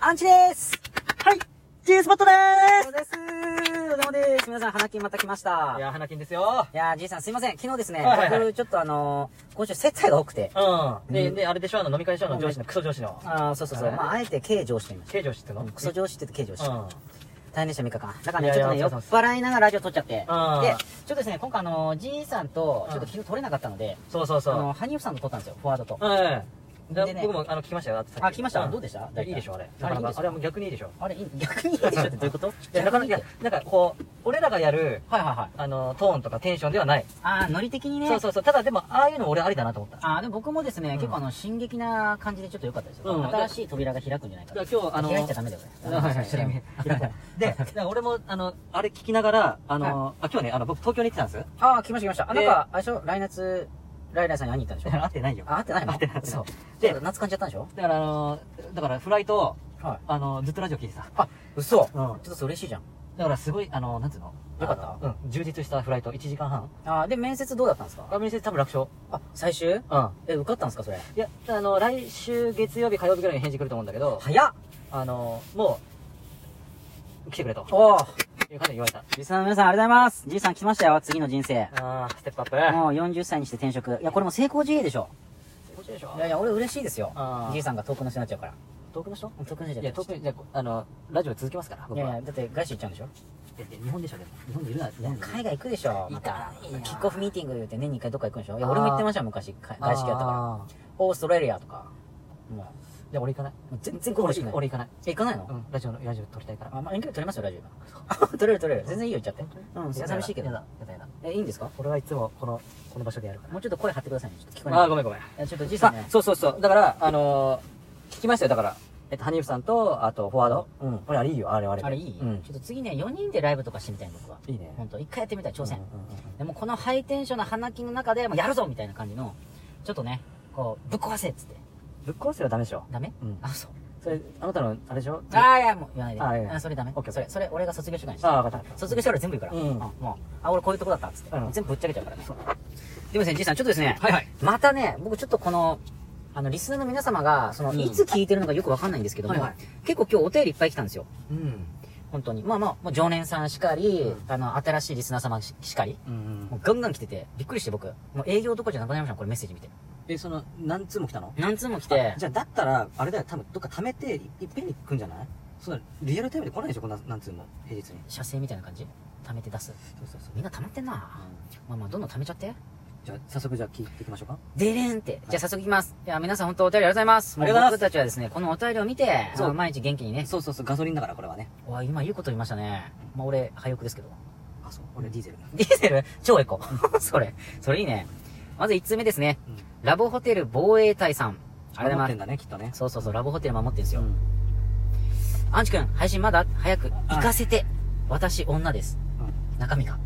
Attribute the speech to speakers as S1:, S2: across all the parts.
S1: アンチです
S2: はい、G スポットで
S1: お疲れ様ですお邪魔です皆さん、花金また来ました
S2: い。や、花金ですよ。
S1: いやー、じいさんすいません。昨日ですね、
S2: はいはいはい
S1: 僕、ちょっとあのー、今週接待が多くて。
S2: うん。
S1: う
S2: で、
S1: ん
S2: で、あれでしょ、あの、飲み会でしょ、あの、上司の、クソ上司の。
S1: あーそうそうそう。
S2: はいはい
S1: まあ、あえて、軽上司と言いまし
S2: 軽上司って
S1: た。
S2: の
S1: うんクソ上司って言って軽上司。
S2: うん。
S1: 大変でした、3日間。だから
S2: い
S1: ね、
S2: や
S1: ち
S2: い
S1: ょ
S2: や
S1: っとね、酔っ払いながらラジオ撮っちゃって。で、ち
S2: ん
S1: ょっとですね、今回あのー、じいさんと、ちょっ
S2: う
S1: と
S2: ん
S1: 昨日撮れなかったので、
S2: そうそう
S1: あ
S2: そう。
S1: のー、羽生さんと撮ったんですよ、フォワードと。
S2: はい。で
S1: でね
S2: 僕も、あの、聞きましたよ。さっき
S1: あ聞きました
S2: ん
S1: どうでした
S2: いやいいでしょ、あれ。
S1: あ
S2: な
S1: れい
S2: か
S1: い
S2: な
S1: でし、
S2: か
S1: ょ
S2: あれはもう逆にいいで しょ。
S1: あれ、いい 逆にいいでしょってどういうこと
S2: いや、なかなか、いやなんか、こう、俺らがやる、
S1: はいはいはい。
S2: あの、トーンとかテンションではない。
S1: あー、ノリ的にね。
S2: そうそうそう。ただ、でも、ああいうの俺ありだなと思った。
S1: あーでも僕もですね、
S2: うん
S1: 結構あの、進撃な感じでちょっと良かったですよ。
S2: うん
S1: 新しい扉が開くんじゃないかな。
S2: いや今日あの
S1: 開いちゃダメだよ、これ。
S2: はいはい
S1: それ開くな
S2: で、だから俺も、あの、あれ聞きながら、あの、あ、今日ね、あの、僕東京に行ってたんです。
S1: あー、来ました来ました。あ、なん
S2: で
S1: か、あれでしょ来夏、ライライさんに会いに行ったんでしょ
S2: 会ってないよ。
S1: あ、会ってないの
S2: 会ってない
S1: そう。
S2: で
S1: で、夏感じちゃったんでしょ
S2: だから、あの、だから、フライト、
S1: はい。
S2: あの、ずっとラジオ聞いてた。
S1: あ、嘘ち
S2: う
S1: ょ
S2: ん
S1: っ。とそれ嬉しいじゃん。
S2: だからすごい、あの、なんつうの
S1: よかった
S2: あのうん。充実したフライト、1時間半。
S1: あー、で、面接どうだったんですか
S2: あ、面接多分楽勝。
S1: あ、最終
S2: うん。
S1: え、受かったんですかそれ。
S2: いや、あの、来週月曜日、火曜日ぐらいに返事来ると思うんだけど、
S1: 早っ
S2: あの、もう、来てくれと。
S1: おー。
S2: いう感じで言われた。
S1: じいさんの皆さんありがとうございます。じいさん来ましたよ、次の人生。
S2: あー、ステップアップ。
S1: もう40歳にして転職。いや、これもう成功事例でしょ。
S2: こっちでしょ
S1: いやいや、俺嬉しいですよ
S2: あ。ー
S1: じいさんが遠くの人になっちゃうから。
S2: 遠くの人
S1: 遠くの人じゃ
S2: いや、遠くに、じゃあ、あの、ラジオ続きますから、
S1: い
S2: 僕
S1: やい
S2: は。
S1: や、だって外資行っちゃうんでしょ
S2: いやいや日本でしょ、でも。日本でいるな、いないの
S1: 海外行くでしょ
S2: 行かないよ
S1: キックオフミーティング言って年に1回どっか行くんでしょいや、
S2: あー
S1: 俺も行ってましたよ、昔。か外資系やったから。
S2: ら。
S1: オーストラリアとか。も
S2: いや、俺行かない。
S1: う、もう全然心しくない。
S2: 俺行かない。
S1: え行かないの
S2: うん、ラジオの、ラジオ撮りたいから。
S1: あ、まあ、遠距離取れますよ、ラジオ今。 取れる取れる。全然いいよ、行っちゃって
S2: 本。
S1: う
S2: 当
S1: ん、
S2: に
S1: 寂しいけど
S2: や。だ、やだ、やだ。
S1: え、いいんですか
S2: 俺はいつも、この、この場所でやるから。
S1: もうちょっと声張ってくださいね。ちょっと聞こえない。
S2: あー、ごめんごめん。
S1: えちょっとじいさ
S2: さ
S1: んね。
S2: そうそうそう。だから、あのー聞きましたよ。だから、えっと、ハニーフさんと、あと、フォワード。
S1: うん。
S2: あれ、あれいいよ。あれ、あれ。
S1: あれいい、
S2: うん
S1: ちょっと次ね、4人でライブとかしてみたい、僕は。
S2: いいね。
S1: ほんと、一回やってみたい、挑戦。
S2: うんうんうん
S1: でもこのハイテンションな花金の中で、もうやるぞみたいな感じの、ちょっとね、こう、ぶっ壊せっつって。
S2: ぶっ壊せはダメでしょ。
S1: ダメ
S2: うん
S1: あ、そう。
S2: それ、あなたの、あれでしょ
S1: ああ、いや、もう言わな
S2: あ
S1: い
S2: いやい
S1: で。
S2: や
S1: あ、それダメ
S2: オッ。ケー
S1: それ、それ、俺が卒業してからにして。
S2: ああ、分かった。
S1: 卒業してから全部言うから。
S2: うん
S1: もう、あ、俺こういうとこだったっつって
S2: う。ん
S1: 全部ぶっちゃけちゃうからね。でもですね、じいさん、ちょっとですね、
S2: はいはい。
S1: またね、僕ちょっとこの、あの、リスナーの皆様が、その、
S2: うん
S1: いつ聞いてるのかよくわかんないんですけども
S2: はいはい、
S1: 結構今日お便りいっぱい来たんですよ。
S2: うん。
S1: 本当に。まあまあ、もう常連さんしかり
S2: う、
S1: あの、新しいリスナー様ししかり、
S2: うん
S1: も。うガンガン来てて、びっくりして僕、もう営業どころじゃなくなりました、これメッセージ見て。
S2: え、その、何通も来たの
S1: 何通も来て、
S2: じゃあ、だったら、あれだよ。多分、どっか貯めて、いいっぺんに来んじゃないそう、リアルタイムで来ないでしょ、こんな、何通も。平日に。
S1: 写生みたいな感じ貯めて出す。
S2: そうそうそう。
S1: みんな溜まってんな。まあまあ、どんどん貯めちゃって。
S2: じゃあ、早速、じゃあ、聞いていきましょうか。
S1: でれんって。じゃあ早速いきます。いや、皆さん本当お便りありがとうございます。
S2: ありがとうございます
S1: 僕たちはですね、このお便りを見て、
S2: そう
S1: あの毎日元気にね。
S2: そうそうそう、ガソリンだから、これはね。
S1: うわ、今いいこと言いましたね。まあ俺、廃屋ですけど。
S2: あ、そう。俺、ディーゼル。
S1: ディーゼル超エコ。 それ、それいいね。まず1通目ですね。
S2: うん
S1: ラボホテル防衛隊さん。ありがとうご
S2: 守
S1: ざ
S2: って
S1: い
S2: ん
S1: ま
S2: だね、きっとね
S1: す。。そうそうそう、ラボホテル守ってるんです
S2: う
S1: よ。
S2: ん。
S1: アンチ君、配信まだ早く、
S2: あ
S1: 行かせて。私、女です。中身が。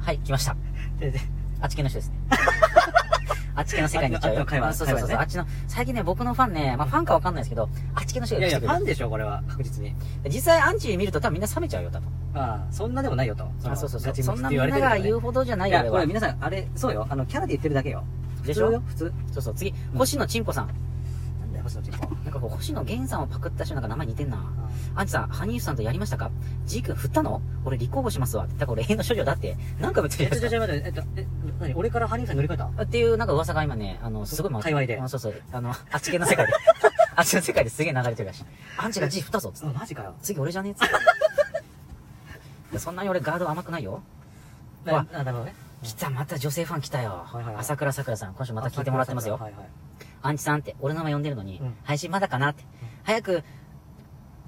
S1: はい、来ました。
S2: でで
S1: あっち系の人です ね。あっち系の世界に行っちゃう
S2: あっちの
S1: よ。
S2: あっちの会話
S1: あそうそうそうそう、
S2: 会話ね
S1: あっちの、最近ね、僕のファンね、まあファンかわかんないですけど、あっち系の人
S2: い
S1: が
S2: やい
S1: 来
S2: や、
S1: て
S2: フ
S1: く
S2: ァン
S1: る。
S2: でしょ、これは。確実に。
S1: 実際アンチ見ると多分みんな冷めちゃうよ、多分。
S2: ああ、そんなでもないよと。の
S1: あ、そうそうそ
S2: ガチ
S1: う。
S2: ム
S1: そん
S2: チっ
S1: な
S2: て
S1: みん
S2: 言われ
S1: な
S2: てるけど
S1: が
S2: ね
S1: 言うほどじゃない
S2: い
S1: よ、
S2: や、
S1: 俺
S2: こ
S1: は
S2: れ。皆さん、あれ、そうよ。あの、キャラで言ってるだけよ。
S1: でしょ
S2: 普通よ、普通。
S1: そうそう、次、星野ちんこさん。
S2: なんだよ、星野ちんこ。
S1: なんかこう、星野源さんをパクった人なんか名前似てんな。アンチさん、ハニーフさんとやりましたか ?G 君振ったの俺立候補しますわ。だから俺永遠の処女だって。なんか別
S2: え、
S1: に
S2: ちょ、ちょ、ちょ、待って、えっと、え、何俺からハリーさんに乗り換えた
S1: っていうなんか噂が今ね、あの、すごい回って
S2: 界隈で
S1: あそうそう。あの、あっち系の世 界で。あっちの世界ですげえ流れてるらしい。アンチが G 振ったぞっつって
S2: うん、マジかよ。
S1: 次俺じゃねえっつ っていや。そんなに俺ガード甘くないよ。うわ
S2: あ、なるほどね。
S1: 来た、また女性ファン来たよ。
S2: はいはいはい
S1: 朝倉さくらさん、今週また聞いてもらってますよ。
S2: はいはい。
S1: アンチさんって、俺の名前呼んでるのに、
S2: うん
S1: 配信まだかなって。早く、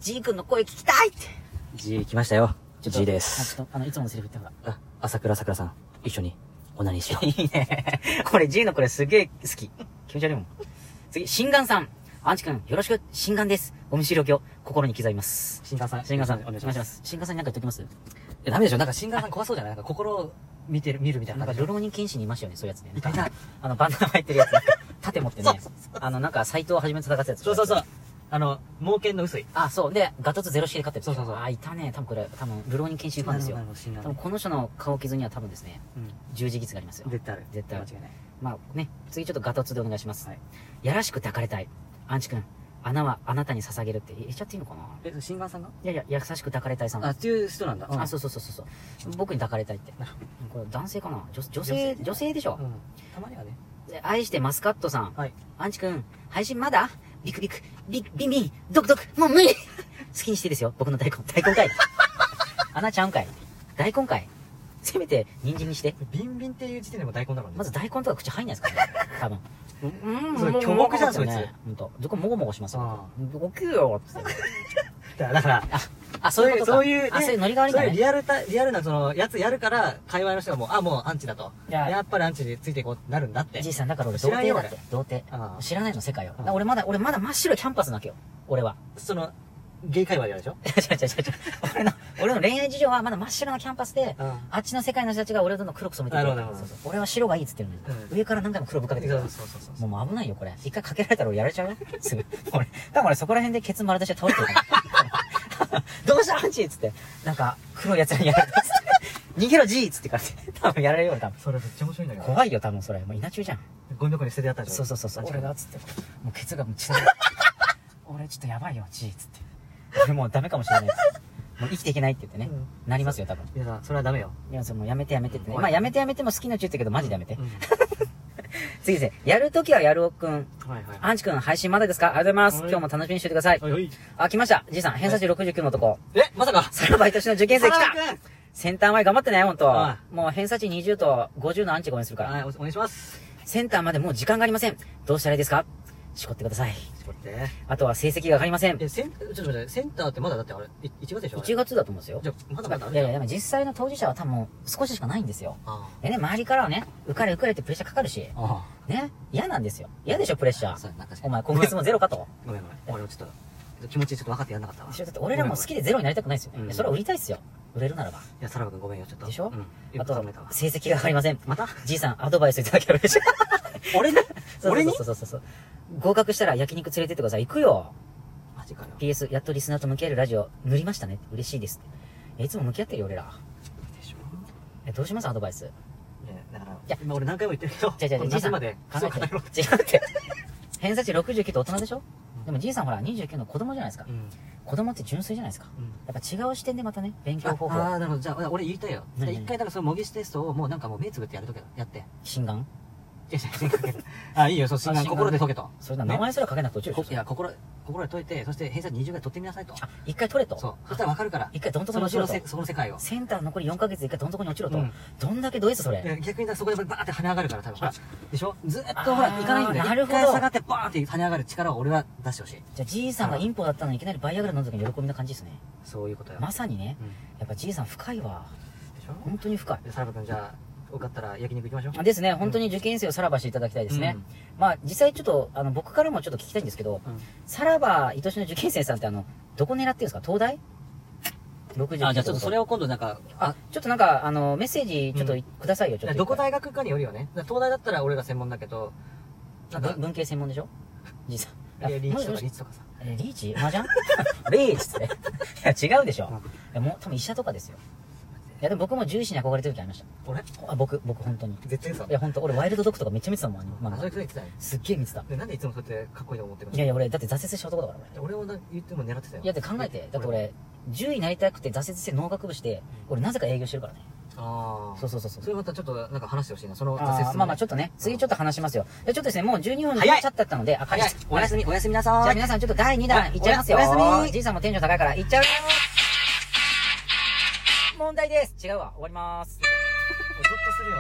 S1: G 君の声聞きたいって。
S2: G 来ましたよ。
S1: ちょっと
S2: G で
S1: あ
S2: す。
S1: ちょっと、あの、いつものセリフ言ってほら。
S2: あ、朝倉さくらさん、一緒に、オナニーしよ
S1: いいね。これ G のこれすげえ好き。気持ち悪いもん。次、新眼さん。アンチ君、よろしく。新眼です。お見知りおきを心に刻みます
S2: う。。新川さん、
S1: 新眼さん、
S2: お
S1: お願
S2: 願い
S1: い
S2: し
S1: し
S2: ま。
S1: ますす。新眼さんに何か言っておきます
S2: え、ダメでしょなんか新川さん怖そうじゃないなんか心を見てる、見るみたい
S1: な
S2: なん
S1: か、
S2: 感じ
S1: 流
S2: で。
S1: 浪人剣士にいましたよね、そういうやつね。
S2: いたいた。
S1: あの、バンダナ入ってるやつ。なんか盾持ってね
S2: そうそう。
S1: あの、なんか、斎藤はじめと戦ってたやつ。
S2: そうそうそう。。あの、猛犬の薄い。
S1: あ、そう。で、ガトツゼロ式で勝ってる。
S2: そうそうそう
S1: あ、いたね。多分これ、多分、流浪人剣士ファンですよ
S2: なる。ほど新
S1: 多
S2: 眼
S1: 分この人の顔傷には多分ですね、
S2: うん。
S1: 十字傷がありますよ。
S2: 絶対ある。
S1: 絶対ある
S2: 間違いない。
S1: まあね、次ちょっとガトツでお願いします。
S2: はい
S1: やらしく抱かれたい。アンチ君、穴はあなたに捧げるって言っちゃっていいのかな
S2: え、新願さんが
S1: いやいや、優しく抱かれたいさん。
S2: あ、っていう人なんだ。。
S1: あ、そううそうそうそうそう。僕に抱かれたいって
S2: なる
S1: こ
S2: ほ。
S1: れ男性かな女女性、女性でしょ
S2: う、ん。たまにはね。
S1: で愛してマスカットさん。
S2: はい。
S1: アンチ君、配信まだビクビク、ビビンビン、ドクドク、もう無理好きにしてですよ、僕の大根。大根かい穴ちゃうんかい大根かいせめて、人参にして。
S2: ビンビンっていう時点でも大根だからね。
S1: まず大根とか口入んないですからね。多分。うん
S2: それ巨木じゃん
S1: そいつ。ほんと。どこもごもごしますよ。起きるよ、つって。
S2: だだから、
S1: あ、そういうことか。
S2: そういうね
S1: あ、そういうノリが悪いん
S2: そう
S1: だ
S2: いう
S1: ね。
S2: リアルタ、リアルなその、やつやるから、界隈の人がもう、あ、もうアンチだと。
S1: いや
S2: やっぱりアンチについていこうってなるんだって
S1: じ。いさん、だから俺、童
S2: 知らん
S1: 貞
S2: よ
S1: だって。童貞
S2: あ。あ
S1: 知らないの世界を。だか
S2: あ
S1: ら
S2: あ
S1: 俺まだ、俺まだ真っ白いキャンパスなわけよ。俺は。
S2: その、ゲイ界隈でやるでしょ
S1: 違う違う違う違う。俺の、俺の恋愛事情はまだ真っ白なキャンパスで、
S2: うん。
S1: あっちの世界の人たちが俺をどんどん黒く染めてくる。
S2: なるほどなるほど
S1: そうそう俺は白がいいっつってるのに、
S2: う
S1: 上から何回も黒ぶっかけてくる。
S2: そうそうそうそう。
S1: もうもう危ないよ、これ。一回かけられたら俺やられちゃうよ。すぐ。 俺、多分俺そこら辺でケツ丸出しで倒れてるから。 どうしたアンチっつって。なんか、黒い奴らにやられたっつって。逃げろ、ジーっつってからね。多分やられるよ、俺多分。
S2: それめっちゃ面白いんだけど。
S1: 怖いよ、多分それ。もう稲中じゃん。
S2: ゴミ箱に捨ててあったでしょ
S1: そうそうそうそう。
S2: 俺
S1: 俺
S2: が
S1: が、。つって。もうケツがもう血だらけ 俺ちょっとやばいよ、ジーっつって。俺もうダメかもしれないっつって。もう生きていけないって言ってね。なりますよ、多分。
S2: 皆さん、それはダメよ。
S1: いや、その、やめてやめてってね。
S2: うん
S1: まあ、やめてやめても好きなうち言ったけど、マジでやめて。
S2: うん
S1: 次ですね。やるときはやるおくん。
S2: はいはい。
S1: アンチくん、配信まだですかありがとうございます。
S2: はい
S1: 今日も楽しみにしててください。
S2: はいはい
S1: あ、来ました。じいさん、偏差値69のとこ。
S2: え、まさか
S1: さらば愛しの受験生来たセンター前頑張ってね、ほんと
S2: は。
S1: もう偏差値20と50のアンチごめんするから。
S2: はい、おお願いします。
S1: センターまでもう時間がありません。どうしたらいいですか絞ってください。
S2: 絞って。
S1: あとは成績が上がりません。
S2: え、セン、ちょっと待って、センターってまだだってあれ、い1月でしょあれ
S1: 1月だと思うんですよ
S2: じ。ゃあ、まだまだあ
S1: い
S2: るじ
S1: や
S2: ゃ
S1: い
S2: ん
S1: や、でも実際の当事者は多分少ししかないんですよ。
S2: あ
S1: でね、周りからはね、受かれ受かれってプレッシャーかかるし、
S2: あ。あ
S1: ね、嫌なんですよ。嫌でしょ、プレッシャ
S2: あ。そ
S1: ー。
S2: うやな、確か
S1: お
S2: に。
S1: 前、今月もゼロ かと。
S2: ごめんごめん。俺もちょっと、気持ちちょっと分かってやんなかったわ。
S1: だって俺らも好きでゼロになりたくないですよね。
S2: うん
S1: それは売りたいっすよ。売れるならば。
S2: いや、さらばくんごめんよ、ちょっと。
S1: でしょ
S2: うん。
S1: あ
S2: よく
S1: と
S2: 考えた わ、。
S1: 成績が上がりません。
S2: また
S1: じいさん、アドバイスいただければいい し。
S2: 俺に
S1: そう
S2: 俺に
S1: そうそうそうそう。合格したら焼肉連れてってください。行くよ。
S2: マジかよ。
S1: PS、やっとリスナーと向き合えるラジオ、塗りましたね。嬉しいです。えいつも向き合ってるよ、俺ら。
S2: でしょ
S1: え、どうしますアドバイス。
S2: ねだから、
S1: や
S2: 今俺何回も言ってるけど、
S1: じゃあじゃあ
S2: この
S1: じいさ
S2: 夏
S1: ん
S2: まで
S1: 考
S2: 考
S1: え
S2: えて
S1: て。違うって。偏差値69って大人でしょ
S2: うん
S1: でもじいさんほら、29の子供じゃないですか
S2: う。ん。
S1: 子供って純粋じゃないですか。
S2: うん。
S1: やっぱ違う視点でまたね、勉強
S2: あ
S1: 方法、
S2: あー、なるほど。じゃあ、俺言いたいよ。じゃあ
S1: 何
S2: 一回、だからその模擬テストをもうなんかもう目つぶってやるとけど、やって。
S1: 心眼
S2: 違う違う違う違う あ、いいよ、そう、心
S1: あ
S2: 眼
S1: 心眼
S2: 心で解けと。
S1: それな
S2: ね
S1: 名前すら書けなくて落ちる
S2: こ
S1: でしょ
S2: いや、心、心で解いて、そして偏差値20ぐらい取ってみなさいと。
S1: あ、一回取れと。
S2: そう。そしたらわかるから。
S1: 一回どんとこ
S2: そ
S1: に
S2: の、
S1: 落ち
S2: そ
S1: ろ
S2: の
S1: と
S2: せ、。その世界を。
S1: センター残り4ヶ月で一回どんとこに落ちろと。
S2: うん
S1: どんだけドイツそれ。
S2: で逆にだからそこでバーって跳ね上がるから、多分。ほらでしょずーっとほら、
S1: あー
S2: 行かないんだよ。
S1: なるほど
S2: 一回下がって、バーンって跳ね上がる力を俺は出してほしい。
S1: じゃあ、じいさんがインポだったのにいきなりバイアグラ飲んだ時の喜びな感じですね。
S2: そういうことよ。
S1: まさにね
S2: う、ん。
S1: やっぱじいさん深いわ。
S2: でしょ
S1: 本当に深い。
S2: で、サラバ君、じゃあ、受かったら焼肉行きましょう。
S1: あですね、本当に受験生をさらばしていただきたいですね。
S2: うん
S1: まあ、実際ちょっと、あの、僕からもちょっと聞きたいんですけど、さらば愛しの受験生さんってあの、どこ狙ってるんですか東大 ?60
S2: あ、じゃあちょっとそれを今度なんか、あ
S1: あ、、ちょっとなんか、あの、メッセージちょっと
S2: うん
S1: くださいよ、ちょっと。
S2: どこ大学かによるよね。だから東大だったら俺が専門だけど、なんか
S1: 文、文系専門でしょじいさん。あ
S2: いやリーチと
S1: も
S2: か
S1: しも
S2: リー
S1: し
S2: チとかさ。
S1: えリーチ麻雀 リーチって。いや、違うでしょ。いやもう、多分医者とかですよ。いや、でも僕も獣医師に憧れてる時ありまし
S2: 俺
S1: た。あ、僕、僕、本当に。
S2: 絶対嘘
S1: い。や、本当俺、ワイルドドッグとかめっちゃ見てたもん、あの
S2: あ、それ
S1: 漫
S2: くらい言ってたよ。
S1: 画。すっげえ見てた。
S2: で、なんでいつもそうやってかっこいいと思ってくる
S1: い
S2: の
S1: やいや、俺、だって挫折した男だから、俺。
S2: 俺をな言っても狙ってたよ。
S1: いや、で考えて、だって俺、獣医になりたくて挫折して農学部して、俺、なぜか営業してるからね。
S2: ああ。
S1: そう
S2: そ
S1: そうそうそう。
S2: れまたちょっとなんか話してほしいな。その挫折
S1: あー
S2: の
S1: まあまあちょっとね、次ちょっと話しますよ。でちょっとですね、もう12分経
S2: 早い
S1: っちゃったので、あ
S2: 早い。おやすみ、おやすみなさーい。
S1: じゃあ皆さんちょっと第2弾いっちゃいますよ。
S2: おやおやすみ
S1: じいさんもテンション高いから、いっちゃうよ問題です。違うわ。終わります。
S2: ゾッとするよ。